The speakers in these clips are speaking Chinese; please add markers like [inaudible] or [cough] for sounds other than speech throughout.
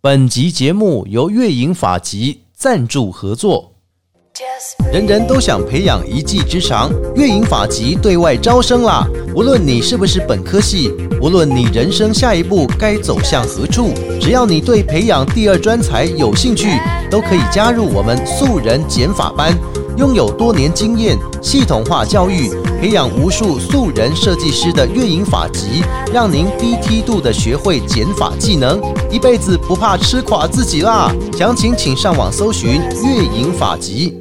本集节目由月影法集赞助合作。 Just 人人都想培养一技之长，月影法籍对外招生啦！无论你是不是本科系，无论你人生下一步该走向何处，只要你对培养第二专才有兴趣，都可以加入我们素人减法班。拥有多年经验、系统化教育，培养无数素人设计师的月影法籍，让您低梯度的学会减法技能，一辈子不怕吃垮自己啦！详情请上网搜寻月影法籍。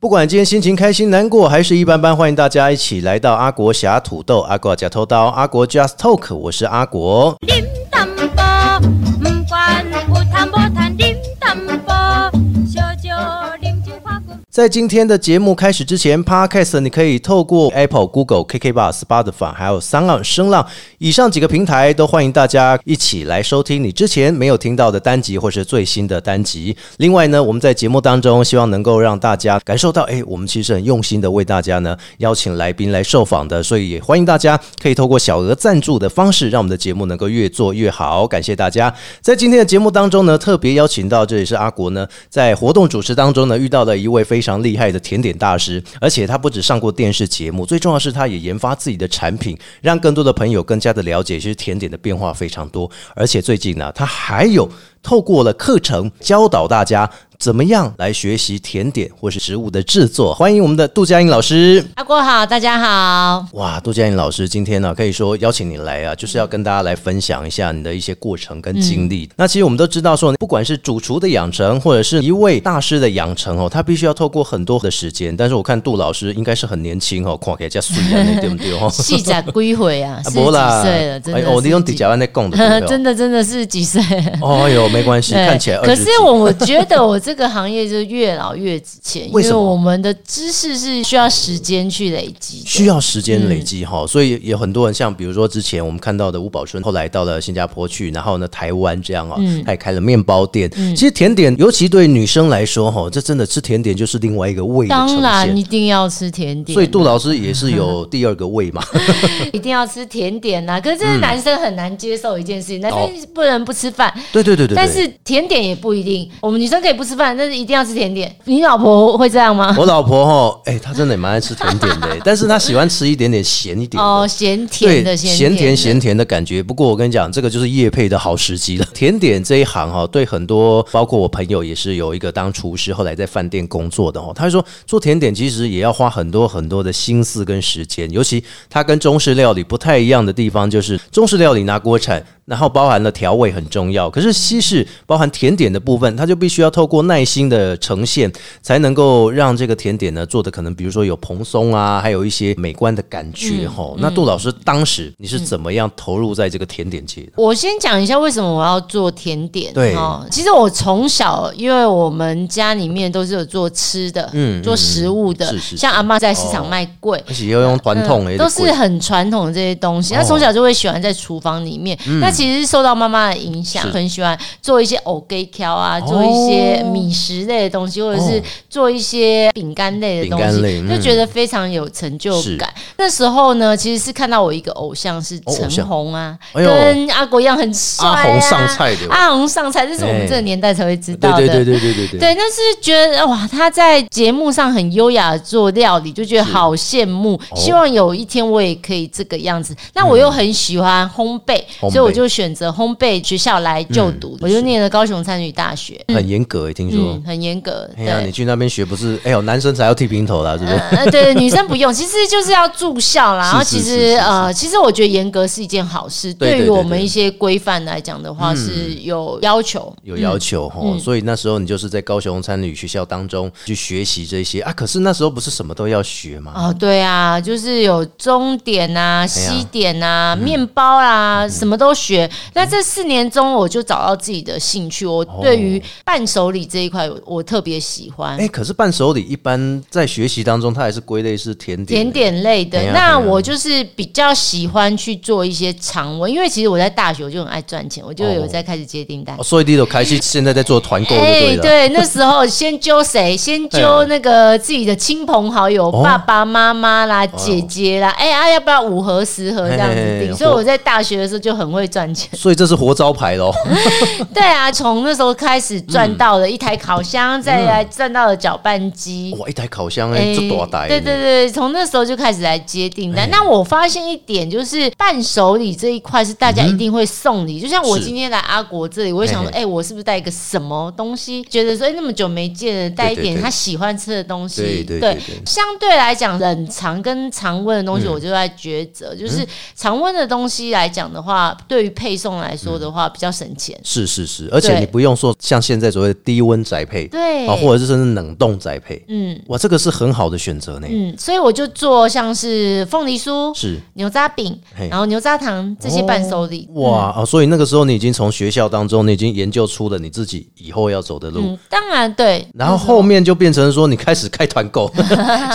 不管今天心情开心、难过还是一般般，欢迎大家一起来到阿国侠土豆、阿国假偷刀、阿国 Just Talk，我是阿国。 điểm tâm bò Ừm, quan u tham bò than điểm tâm bò cho cho điểm chữ khoa của 在今天的节目开始之前，Podcast 你可以透过 Apple、Google、KK Bar、Spotify 还有 s o u n d 声浪以上几个平台，都欢迎大家一起来收听你之前没有听到的单集或是最新的单集。另外呢，我们在节目当中希望能够让大家感受到，哎，我们其实很用心的为大家呢邀请来宾来受访的，所以也欢迎大家可以透过小额赞助的方式，让我们的节目能够越做越好。感谢大家。在今天的节目当中呢，特别邀请到这里是阿国呢，在活动主持当中呢，遇到了一位非常厉害的甜点大师，而且他不止上过电视节目，最重要的是他也研发自己的产品，让更多的朋友更加的了解，其实甜点的变化非常多。而且最近呢，他还有透过了课程教导大家怎么样来学习甜点或是食物的制作。欢迎我们的杜佳音老师。阿郭好，大家好。哇，杜佳颖老师，今天呢、可以说邀请你来啊，就是要跟大家来分享一下你的一些过程跟经嗯历。那其实我们都知道说，不管是主厨的养成，或者是一位大师的养成哦，他必须要透过很多的时间。但是我看杜老师应该是很年轻哦，看起来加岁啊，对不对 [laughs] 哦？细仔归回啊，四十没几岁了，真的哎是。哦，你用底甲湾在供的，对不对 [laughs] 真的真的是几岁？哦，哎呦，没关系，看起来 [laughs] 可二十是我我觉得我这个行业就越老越值钱，因 [laughs] 为什么我们的知识是需要时间去累积的。需要时间累嗯积哈、所以有很多人像比如说之前我们看到的吴宝春，后来到了新加坡去，然后呢台湾这样啊、嗯他也开了面包店。其实甜点，尤其对女生来说哈、这真的吃甜点就是另外一个味的呈当现。然一定要吃甜点，啊所以杜老师也是有第二个胃 [laughs] 嘛，一定要吃甜点啊呐、可是这是男生很难接受一件事情，男嗯哦生不能不吃饭，对对对对对。但是甜点也不一定。我们女生可以不吃饭，但是一定要吃甜点。你老婆会这样吗？我老婆哈，哎、她真的也蛮爱吃甜点的、欸但是她喜欢吃一点点咸一点的。哦，咸对，甜的咸咸甜甜咸甜的感觉。不过我跟你讲，这个就是业配的好时机了。 [laughs] 甜点这一行哈、哦对很多包括我朋友也是有一个当厨师，后来在饭店工作的哦，他说做甜点其实也要花很多很多的心思跟时间，尤其它跟中式料理不太一样的地方就是中式料理拿锅铲。然后包含了调味很重要，可是西式包含甜点的部分，它就必须要透过耐心的呈现，才能够让这个甜点呢做的可能，比如说有蓬松啊，还有一些美观的感嗯觉哈、那杜老师当时你是怎么样投入在这个甜点界的？我先讲一下为什么我要做甜点。对哦，其实我从小，因为我们家里面都是有做吃的，嗯嗯，做食物的，是是哦是像阿妈在市场卖粿。而且要用哎传统的、嗯都是很传统的这些东西，哦嗯他从小就会喜欢在厨房里面。那其实是受到妈妈的影响是，很喜欢做一些藕粿条啊，哦做一些米食类的东西，或者是哦做一些饼干类的饼东干类西，嗯就觉得非常有成就感。那时候呢，其实是看到我一个偶像是哦偶陈像红啊，哎呦跟阿国一样很帅、啊。阿红上菜的阿红上菜，这是我哎们这个年代才会知对道对的。对对对对对对，但是觉得哇，他在节目上很优雅地做料理，就觉得好羡慕。哦希望有一天我也可以这个样子。那我又很喜欢烘焙，烘焙所以我就选择烘焙学校来就嗯读，我就念了高雄餐旅大学。很严格，听说嗯，。很严格，哎对。呀，你去那边学不是？哎呦，男生才要剃平头啦，是不是？呃，对，女生不用，其实就是要住校啦。 [laughs] 是然后是其是是实是呃，其实我觉得严格是一件好事，对对对于对我对嗯们一些规范来讲的话是有要求。有要嗯求哈、所以那时候你就是在高雄参旅学校当中去学习这些啊。可是那时候不是什么都要学吗？哦，对啊，就是有中点哎啊、西点嗯啊、面包啊，什么都学。那这四年中，我就找到自己的兴趣。我哦对于伴手礼这一块，我我特别喜欢哎、。可是伴手礼一般在学习当中，它还是归类是甜点。甜点类的哎呀，那我就是比较喜欢去做一些长文，因为其实我在大学我就很爱赚钱，我就有在开始接订单哦，。所以你都开始现在在做团购就哎对了。对，那时候先揪谁？先揪那个自己的亲朋好友，哦爸爸妈妈啦、姐姐啦。哎、啊，要不要五盒、十盒这样子哎订？所以我在大学的时候就很会赚 [laughs] 赚钱。所以这是活招牌 [laughs] 喽。对啊，从那时候开始赚到了一台烤嗯箱，再来赚到了搅拌机。哇，一台烤箱哎，这多大？哎对对，对，从那时候就开始来接订单。那我发现一点就是伴手礼这一块是大家一定会送礼，就像我嗯是今天来阿国这里，我也想说，嘿嘿哎，我是不是带一个什么东西？觉得说，哎，那么久没见了，带一对对点对他喜欢吃的东西。对对对对嗯相对来讲，冷藏跟常温的东西，我就在抉择。就是常温的东西来讲的话，对于配送来说嗯的话，比较省钱。是是是，而且你不用说像现在所谓的低温宅配，对啊，或者是甚至冷冻宅配，嗯，哇，这个是很好的选择呢。嗯，所以我就做像是凤梨酥、是牛轧饼嘿，然后牛轧糖这些伴手礼。哇哦，所以那个时候你已经从学校当中，你已经研究出了你自己以后要走的路。嗯，当然对。然后后面就变成说，你开始开团 [laughs] 购，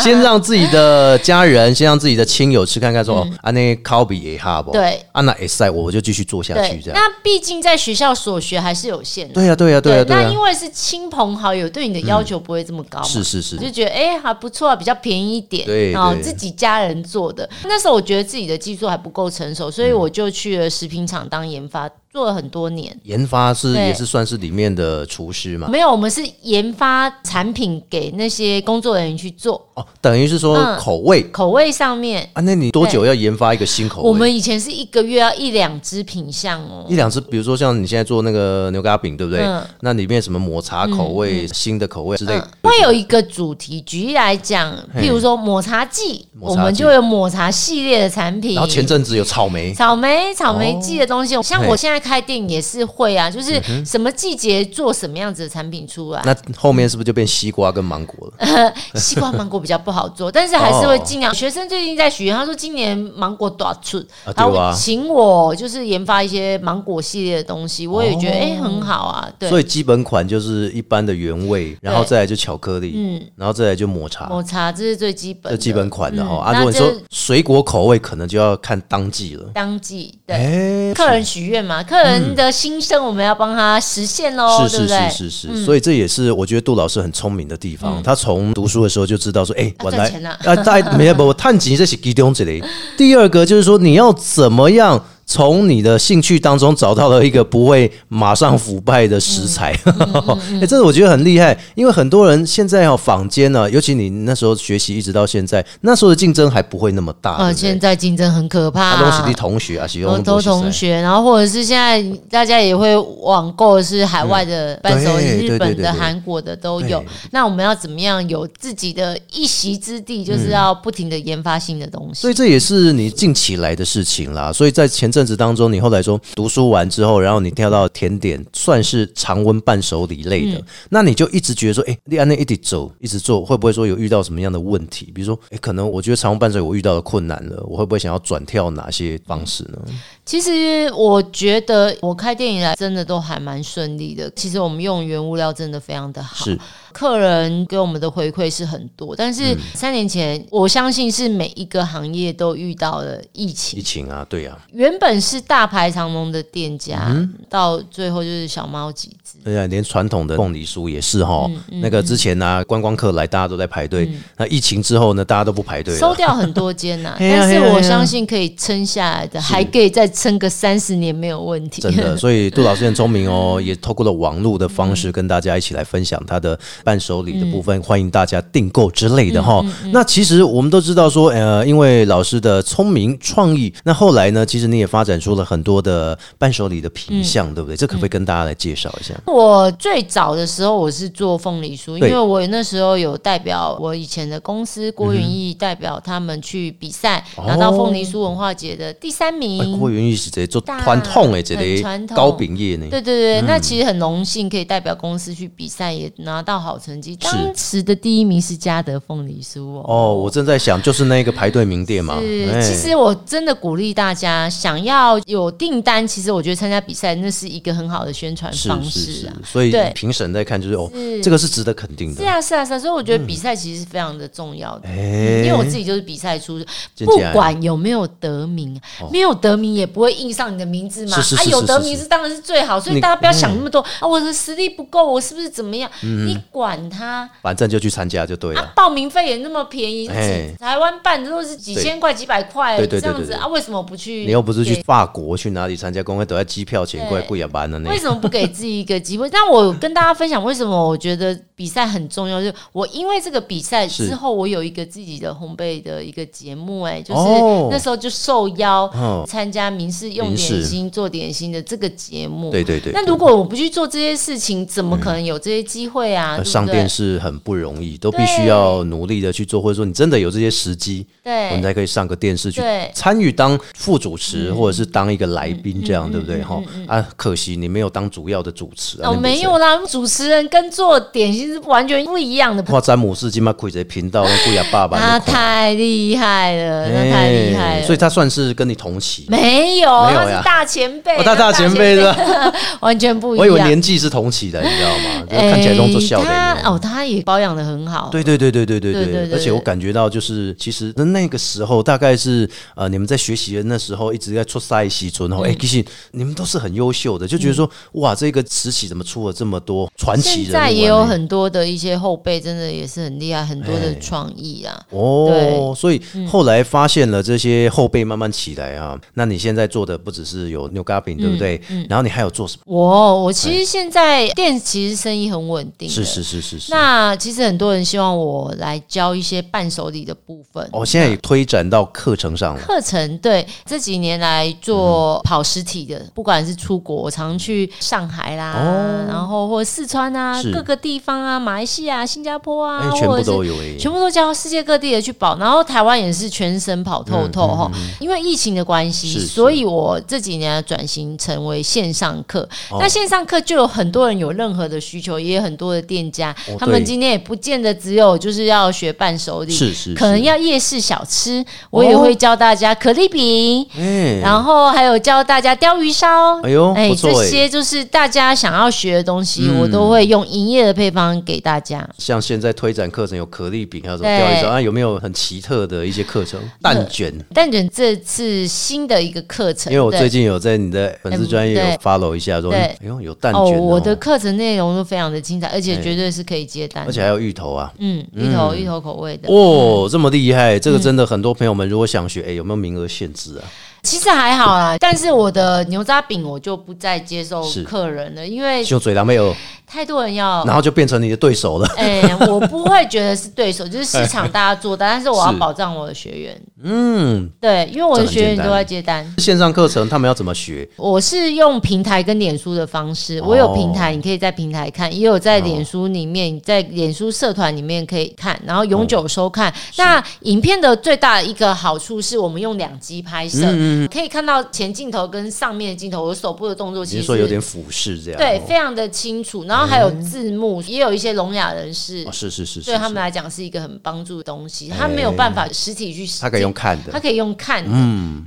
先让自己的家人，先让自己的亲友吃看看说，哦，啊那 copy 也哈不，嗯对，啊那 s 赛我就继续做下去对，这样。那毕竟在学校所学还是有限的。对呀、对呀、啊对呀、对呀、嗯那因为是亲朋好友，对你的要求不会这么高嘛，是是是我就觉得哎、还不错、啊，比较便宜一点，对然后对自己家人做的。那时候我觉得自己的技术还不够成熟，所嗯以我就去了食品厂当研发，做了很多年。研发是对也是算是里面的厨师嘛。没有，我们是研发产品给那些工作人员去做，哦，等于是说嗯口味、口味上面，啊，那你多久要研发一个新口味？我们以前是一个月要一两支品相哦。一两次，比如说像你现在做那个牛轧饼，对不对？嗯那里面什么抹茶口味、新的口味之类嗯，会有一个主题。举例来讲，嘿譬如说抹茶季，抹茶我季们就有抹茶系列的产品。嗯然后前阵子有草莓，草莓、草莓季的东西，像嘿嗯我现在开店也是会啊，就是什么季节做什么样子的产品出来。那后面是不是就变西瓜跟芒果了？西瓜、芒果比较不好做，但是还是会尽量。学生最近在许愿，他说今年芒果多少寸哦啊，对然后啊请我就是研发一些芒果系列的东西，我也觉得哎很好啊。对，哦所以基本款就是一般的原味，然后再来就巧克力，嗯然后再来就抹茶。抹茶这是最基本这的，啊基本款的哈、嗯啊，那如果你说这水果口味，可能就要看当季了。当季对。哎客人许愿嘛，客人的心声我们要帮他实现喽，是哦对不是对？嗯是是是，所以这也是我觉得杜老师很聪明的地方。他从读书的时候就知道说，哎，要我赚来钱啊啊，大 [laughs] 没有不，我探及这些其中这里。第二个就是说，你要怎么样从你的兴趣当中找到了一个不会马上腐败的食材？嗯 [laughs] 哎，这个我觉得很厉害，因为很多人现在哦，坊间呢、尤其你那时候学习一直到现在，那时候的竞争还不会那么大，呃，对不对现在竞争很可怕、啊，都是你同学啊，是我用都同学，然后或者是现在大家也会网购，是海外的伴手嗯礼，对日对本对对的、对韩国的都有对。那我们要怎么样有自己的一席之地？就是要不停的研发新的东西。嗯所以这也是你近期来的事情啦。所以在前阵子当中，你后来说读书完之后，然后你跳到甜点，算是常温伴手礼类的，那你就一直觉得说，哎、你按那一直走，一直做，会不会说有遇到什么样的问题？比如说，哎、可能我觉得常温伴手礼我遇到的困难了，我会不会想要转跳哪些方式呢？其实我觉得我开店以来真的都还蛮顺利的。其实我们用原物料真的非常的好，是客人给我们的回馈是很多。但是嗯三年前，我相信是每一个行业都遇到了疫疫情。情啊，对啊，原本是大排长龙的店家，嗯到最后就是小猫几只。对啊，连传统的凤梨酥也是哈、那个之前呢、啊，观光客来大家都在排队，那疫情之后呢，大家都不排队收了。掉很多间 [laughs] 呐、啊嘿呀但是嘿呀我嘿呀相信可以撑下来的，还可以再撑个三十年没有问 [laughs] 题。真的，所以杜老师很聪明嗯哦，也透过了网络的方式跟大家一起来分享他的伴手礼的部分，欢迎大家订购之类的哈、嗯那其实我们都知道说，呃，因为老师的聪明创意，那后来呢，其实你也发展出了很多的伴手礼的品嗯相，对不对？这可不可以跟大家来介绍一下？ [laughs] 我最早的时候我是做凤梨酥，因对为我那时候有代表我以前的公司郭云逸代表他们去比赛，嗯哦拿到凤梨酥文化节的第三名。哎，郭云玉是直接做传统的这类嗯很传统糕饼业呢，对嗯对对，那其实很荣幸可以代表公司去比赛，也拿到好成绩。当时的第一名是嘉德凤梨酥哦。哦，我正在想，就是那个排队名店嘛。是，哎其实我真的鼓励大家，想要有订单，其实我觉得参加比赛那是一个很好的宣传是方是式是啊。，所以对评审在看，就是哦，是这个是值得肯定的是。啊，是啊，是啊，所以我觉得比赛其实是非常的重要的，哎因为我自己就是比赛出，真不假的啊哦管有没有得名，没有得名也不不会印上你的名字嘛。是是是是啊，有得是是名字当然是最好，所以你嗯大家不要想那么多、啊，我的实力不够，我是不是怎么样？你管他。反正就去参加就对了。啊，报名费也那么便宜，哎几台湾办的都是几千块、几百块对对对这样对子对啊，为什么不去？你又不是去法国去哪里参加工会，都在机票钱对贵贵也蛮了呢为。什么不给自己一个机会？ [laughs] 但我跟大家分享，为什么我觉得比赛很重要，就是我因为这个比赛是之后，我有一个自己的烘焙的一个节目、哎，就哦是那时候就受邀哦参加民事用民事点心做点心的这个节目。对对对，那如果我不去做这些事情，怎么可能有这些机会啊？呃对上不对电？视很不容易，都必须要努力的去做，或者说你真的有这些时机，我们对才可以上个电视去对嗯参与当副主持，或者是当一个来宾，这样对不对？哈啊，可惜你没有当主要的主持啊，你哦，不是没有。啦，主持人跟做点心是完全不一样的。哇，詹姆斯今麦开这频道，跟顾雅爸爸那那款，太厉害了，那啊太厉害哎了。所以他算是跟你同期，没有，没有他呀是大前辈，哦他大前辈是吧他大前辈， [laughs] 完全不一我样。以为年纪是同期的，你知道吗？就哎看起来都做笑的。他哦，他也保养的很好。对对对对对对对对对，对而且我感觉到就是，其实呃那个时候大概是呃，你们在学习的那时候一直在出赛西村嗯哦，哎、其实你们都是很优秀的，就觉得说、哇，这个时期怎么出了这么多传奇现人物啊？在那也有很多的一些后辈，真的也是很厉害，很多的哎创意啊。哦，对嗯所以后来发现了这些后辈慢慢起来啊，那你现在做的不只是有牛轧饼，对不对？嗯然后你还有做什么？我我其实现在店其实生意很稳定，是。是是是是。那其实很多人希望我来教一些伴手礼的部分。哦，现在也推展到课程上了。课程对这几年来做跑实体的，不管是出国，我常去上海啦，哦然后或四川啊是，各个地方啊，马来西亚、新加坡啊，哎，全部或者是都有哎、全部都教世界各地的去跑，然后台湾也是全省跑透嗯透哈、因为疫情的关系，是是所以我这几年转型成为线上课。哦那线上课就有很多人有任何的需求，也有很多的店家，哦他们对今天也不见得只有就是要学伴手礼，是是可能是哦要夜市小吃，我也会教大家可丽饼。哎、然后还有教大家鲷鱼烧，哎呦不错这哎嗯些就是大家想要学的东西，我都会用营业的配方给大家。像现在推展课程有可丽饼，还有啊什么对钓鱼烧，那有没有很奇特的一些课 [laughs] 程？蛋卷，蛋卷这次新的一个课程，因为我最对近有在你的粉丝专业有嗯对 follow 一下，说对哎呦有蛋卷哦，哦，我的课程内容都非常的精彩，而且绝对是可以接单而且还有芋头啊。嗯，芋头芋头口味的，哦，这么厉害！嗯这个真的很多朋友们如果想学，哎，有没有名额限制啊？其实还好啦。但是我的牛杂饼我就不再接受是客人了，因为就嘴狼没哦有，太多人要然。后就变成你的对手了。 [laughs] 哎、我不会觉得是对手，就是市场大家做单，但是我要是保障我的学员。嗯，对，因为我这很的学员简单都在接单， [laughs] 线上课程他们要怎么学？我是用平台跟脸书的方式，哦我有平台，你可以在平台看，也有在脸书里面，在脸书社团里面可以看，然后永久收哦看。那影片的最大的一个好处是我们用两机拍嗯摄，可以看到前镜头跟上面的镜头，我手部的动作你其是实说有点俯视这样？对哦，非常的清楚。然后还有字幕，也有一些聋哑人士哦，。是是是，对是他们是来讲是一个很帮助的东西，他没有办法实体去，他可以用看他的，嗯可以用看的，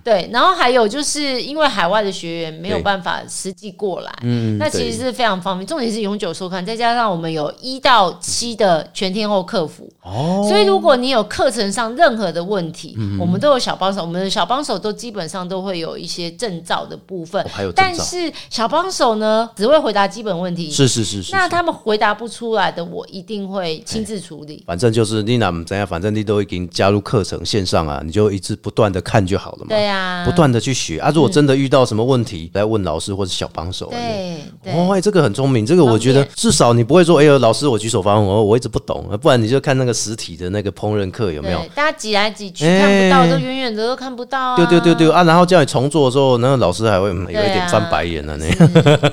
对。然后还有就是因为海外的学员没有办法实际过来，嗯那其实是非常方便。重点是永久收看，再加上我们有一到七的全天候客服，哦，嗯所以如果你有课程上任何的问题，我们都有小帮手，我们的小帮手都基本上都会有一些证照的部分，哦还有证照但是小帮手呢只会回答基本问题，是是是是，那是他们回答不出来的，我一定会亲自处理。反正就是你哪怎样，反正你都已经加入课程线上啊，你就一直不断的看就好了嘛，对啊，哎不断的去学啊。如果真的遇到什么问题，来问老师或者小帮手。对对。哦，哎，这个很聪明，这个我觉得方便至少你不会说，哎呦，老师，我举手发问，哦我我一直不懂，不然你就看那个实体的那个烹饪课有没有？对，大家挤来挤去，哎看不到，都远远的都看不到啊。对对对对啊，然后叫你重做的时候，那个老师还会、嗯有一对啊点翻白眼了、呢。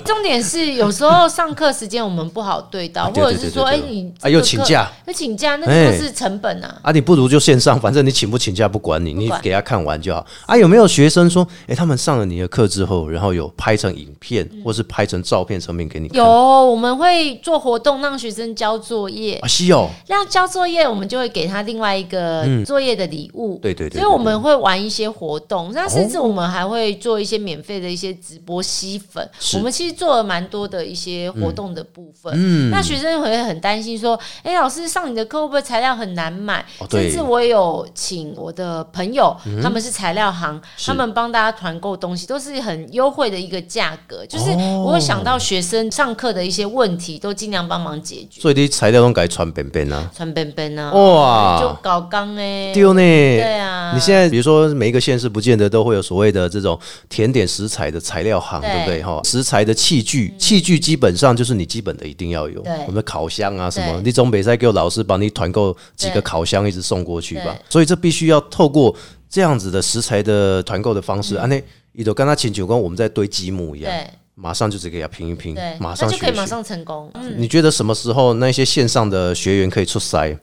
重点是有时候上课时间我们不好对到，啊对或者是说，哎、对对对对你啊又请假，哎又请假，那个都是成本啊。啊，你不如就线上， [laughs] 反正你请不请假不管你，你管给他看完就好。啊，有没有学生说，哎、他们上了你的课之后，然后有拍成影片、或是拍成照片成品给你看？嗯有，我们会做活动让学生交作业啊，，西哦，让交作业，我们就会给他另外一个作业的礼物。嗯对对对对所以我们会玩一些活动，那甚至我们还会做一些免费的一些直播吸粉。哦是我们其实做了蛮多的一些活动的部分。嗯，那学生会很担心说，哎、老师上你的课会不会材料很难买？哦对嗯甚至我有请我的朋友，他们是材料行，他们帮大家团购东西，都是很优惠的一个价格。就是哦我会想到学生上课的一些问题，都尽量帮忙解决。所以你材料拢改传便便啊。穿边边啊，哇就搞刚哎，丢呢？对啊你现在比如说每一个县市不见得都会有所谓的这种甜点食材的材料行，对对嗯不对？哈，食材的器具，器具基本上就是你基本的一定要有对，我们的烤箱啊什么对，你总北赛给我老师帮你团购几个对烤箱，一直送过去吧对。所以这必须要透过这样子的食材的团购的方式，啊，那你都跟他请求跟我们在堆积木一样，嗯对马上就只给他拼一拼对，，马那上就可以学马学。上成功。嗯，你觉得什么时候那些线上的学员可以出塞？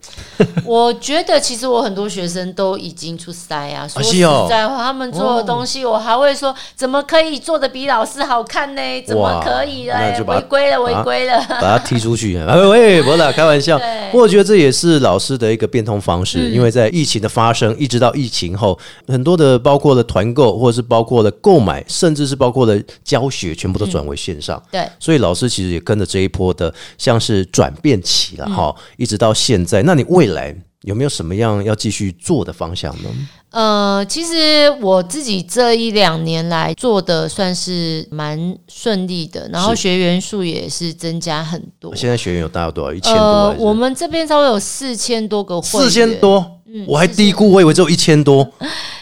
我觉得其实我很多学生都已经出塞啊，说是实哦在话，他们做的东西我还会说，怎么可以做的比老师好看呢？怎么可以那嘞就？把它违规了，违啊规了。 [laughs] 把他踢出去。哎喂，不啦，开玩笑。对嗯不过我觉得这也是老师的一个变通方式，因为在疫情的发生，一直到疫情后，很多的包括了团购，或者是包括了购买，甚至是包括了教学，全部都转为线上。对，所以老师其实也跟着这一波的，像是转变期嗯了哈，一直到现在。那你未来有没有什么样要继续做的方向呢？呃，其实我自己这一两年来做的算是蛮顺利的，然后是学员数也是增加很多。现在学员有大概多少？一千多呃，还是？我们嗯这边稍微有四千多个会员，四千多，我还低估，我以为只有一千 [laughs] 多。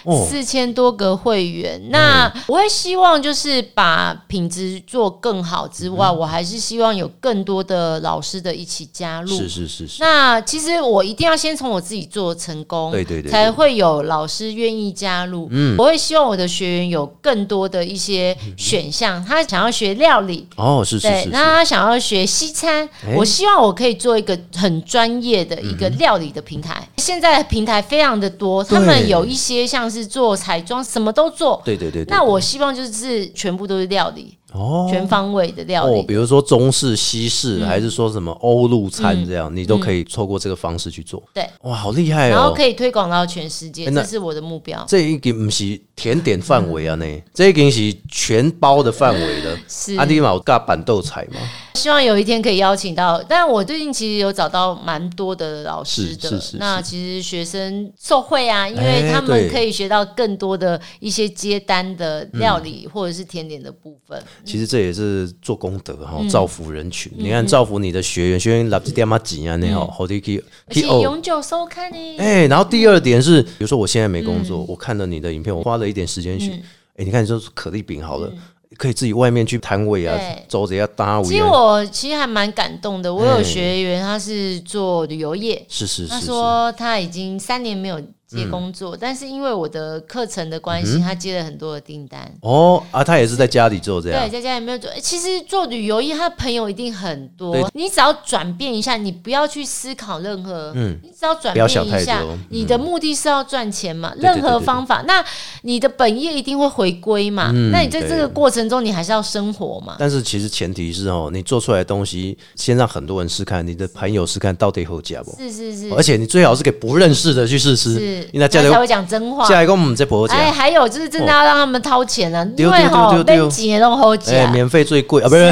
哦，嗯四千多个会员，那我会希望就是把品质做更好之外，嗯我还是希望有更多的老师的一起加入。是是是是，那其实我一定要先从我自己做成功，对对对对才会有老师愿意加入。嗯，我会希望我的学员有更多的一些嗯选项，他想要学料理，哦，是是是对，是。那他想要学西餐，哎我希望我可以做一个很专业的一个料理的平台。现在的平台非常的多，嗯对他们有一些像是做彩妆，什么都做。对对对对那我希望就是全部都是料理，哦全方位嗯的料哦，理。比如说中式、西式，还是说什么欧陆餐这样，你都可以透过这个方式去做。嗯对，哇，好厉害然后哦！可以推广到全世界，哎那这是我的目标。这已经不是甜点范围啊，呢，这已经是全包的范围了。 [laughs] 啊是阿弟嘛，尬板豆菜嘛，希望有一天可以邀请到，但我最近其实有找到蛮多的老师是的，是是那其实学生受惠啊，因哎为他对们可以学到更多的一些接单的料嗯理或者是甜点的部分。其实这也是做功德哈，嗯造福人群。你看，造福你的学员，学员拿几点嘛钱啊，那好，好的去嗯而去且哦。永久收看呢、哎、然后第二点是，比如说我现在没工作，嗯我看了你的影片，我花了一点时间去，哎、你看你说可丽饼好了，可以自己外面去摊位啊对，走着要搭位其实啊，我其实还蛮感动的，我哎有学员他是做旅游业，是是他是是，嗯说他已经三年没有接工作，但是因为我的课程的关系，他接了很多的订单。哦啊，他也是在家里做这对，样，在家里没有做。欸其实做旅游业，他的朋友一定很对多。你只要转变一下，你不要去思考任何，嗯你只要转不要变想一太下多嗯，你的目的是要赚钱嘛？对对对任何方法，那你的本业一定会回归嘛？嗯那你在对这个过程中，你还是要生活嘛？但是其实前提是哦，你做出来的东西先让很多人试看，你的朋友试看到底好假不？是是是，而且你最好是给不认识的去试吃，是，因为他家里哦才会讲真话。下一个我们在婆啊哎，家，还有就是真的要让他们掏钱啊，对因为哈对对，对对边几年弄后哎，假，免费最贵啊， [laughs] 不是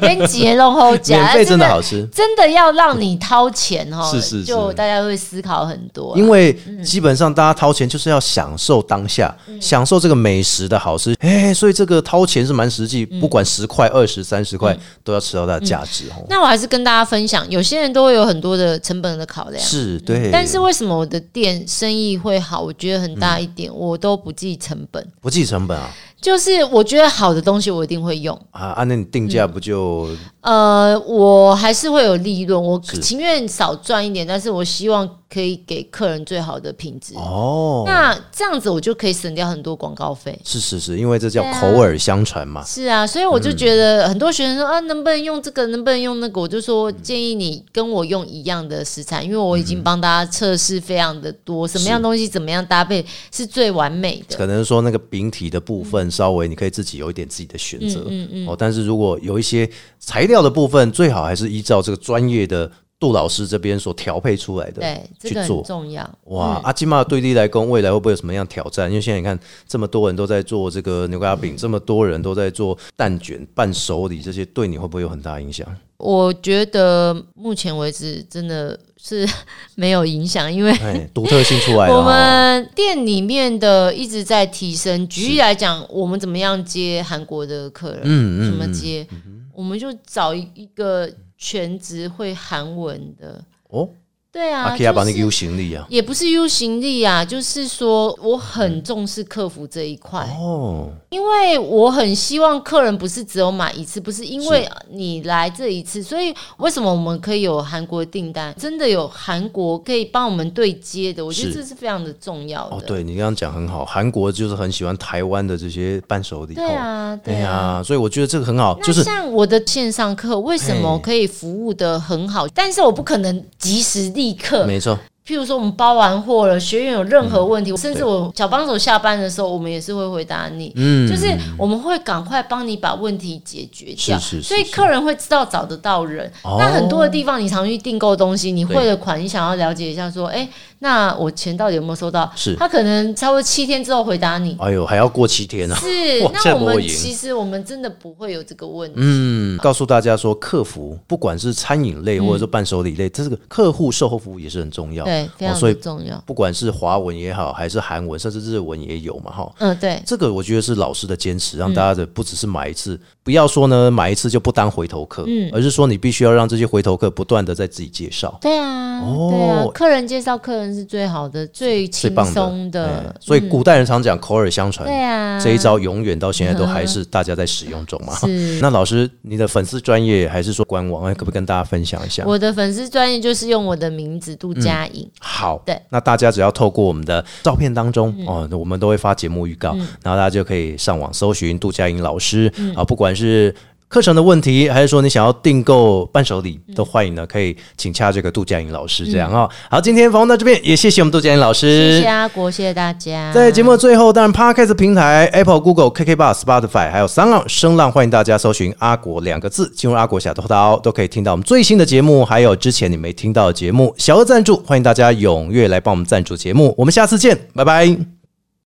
边几年弄后假， [laughs] 免费真的好。啊好吃。真的要让你掏钱哦，是是是就大家会思考很多啦。啊因为嗯基本上大家掏钱就是要享受当下，享受这个美食的好吃，哎、所以这个掏钱是蛮实际，嗯不管十块、二十、三十块，都要吃到它的价值哦。那我还是跟大家分享，有些人都会有很多的成本的考量。是对，但是为什么我的店生意会好？我觉得很大一点，我都不计成本，不计成本啊就是我觉得好的东西我一定会用，啊，按、那你定嗯价不就、呃，我还是会有利润，我是情愿少赚一点，但是我希望可以给客人最好的品质。哦？那这样子我就可以省掉很多广告费。是是是，因为这叫对啊口耳相传嘛。是啊，所以我就觉嗯得很多学生说、啊，能不能用这个，能不能用那个？我就说建议你跟我用一样的食材，因为我已经帮大家测试非常的多，什么样东西怎么样搭配是最完美的。可能说那个饼体的部分，稍微你可以自己有一点自己的嗯选择、哦。但是如果有一些材料的部分，最好还是依照这个专业的杜老师这边所调配出来的对，这去个很做。重要。哇，阿基玛对立来攻，未来会不会有什么样的挑战？因为现在你看，这么多人都在做这个牛轧饼，这么多人都在做蛋卷、伴手礼，这些对你会不会有很大影响？我觉得目前为止真的是没有影响，因为哎，独特性出来了我哦，们店里面的一直在提升。举例来讲，我们怎么样接韩国的客人？嗯嗯嗯怎么接？我们就找一一个全职会韩文的。哦，对啊，阿基亚帮你就是 U 行李啊，也不是 U 型力啊，就是说我很重视客服这一块。哦，因为我很希望客人不是只有买一次，不是因为你来这一次，所以为什么我们可以有韩国订单？真的有韩国可以帮我们对接的，我觉得是这是非常的重要的。哦，对你刚刚讲很好，韩国就是很喜欢台湾的这些伴手礼，对啊，哦，哎对呀、啊。所以我觉得这个很好，那就是像我的线上课，为什么可以服务的很好？但是我不可能及时立刻。没错，譬如说，我们包完货了，学员有任何问题，甚至我小帮手下班的时候，我们也是会回答你。嗯，就是我们会赶快帮你把问题解决是掉，是是所以是客人会知道找得到人。哦那很多的地方你常去订购东西，你对汇了款，你想要了解一下说，哎、那我钱到底有没有收到？是他可能差不多七天之后回答你。哎呦，还要过七天呢、啊。[laughs] 是哇，这那样我不们会赢其实我们真的不会有这个问题。嗯，告诉大家说，客服不管是餐饮类或者说伴手礼类，这个客户售后服务也是很重要。嗯哦对，非常所的以重要。不管是华文也好，还是韩文，甚至日文也有嘛，哈。嗯，对，这个我觉得是老师的坚持，让大家的不只是买一次，不要说呢买一次就不当回头客，嗯而是说你必须要让这些回头客不断的在自己介绍。对啊，哦对啊，客人介绍客人是最好的、最最轻棒松嗯哎所以古代人常讲口耳相传，对啊，嗯这一招永远到现在都还是大家在使用中嘛。是 [laughs] 那老师，你的粉丝专业还是说官网，哎可不可以跟大家分享一下？我的粉丝专业就是用我的名字杜佳颖，好，对嗯那大家只要透过我们的照片当中、哦，我们都会发节目预告，然后大家就可以上网搜寻杜佳颖老师、嗯啊，不管是。课程的问题，还是说你想要订购伴手礼，嗯都欢迎呢，可以请洽这个杜佳颖老师这样哦。好，今天访问到这边，也谢谢我们杜佳颖老师，谢谢阿国，谢谢大家。在节目的最后，当然 Podcast 平台 Apple、Google、KK Bar、Spotify 还有三浪声浪，欢迎大家搜寻“阿国”两个字，进入阿国小偷刀，都可以听到我们最新的节目，还有之前你没听到的节目。小额赞助，欢迎大家踊跃来帮我们赞助节目。我们下次见，拜拜。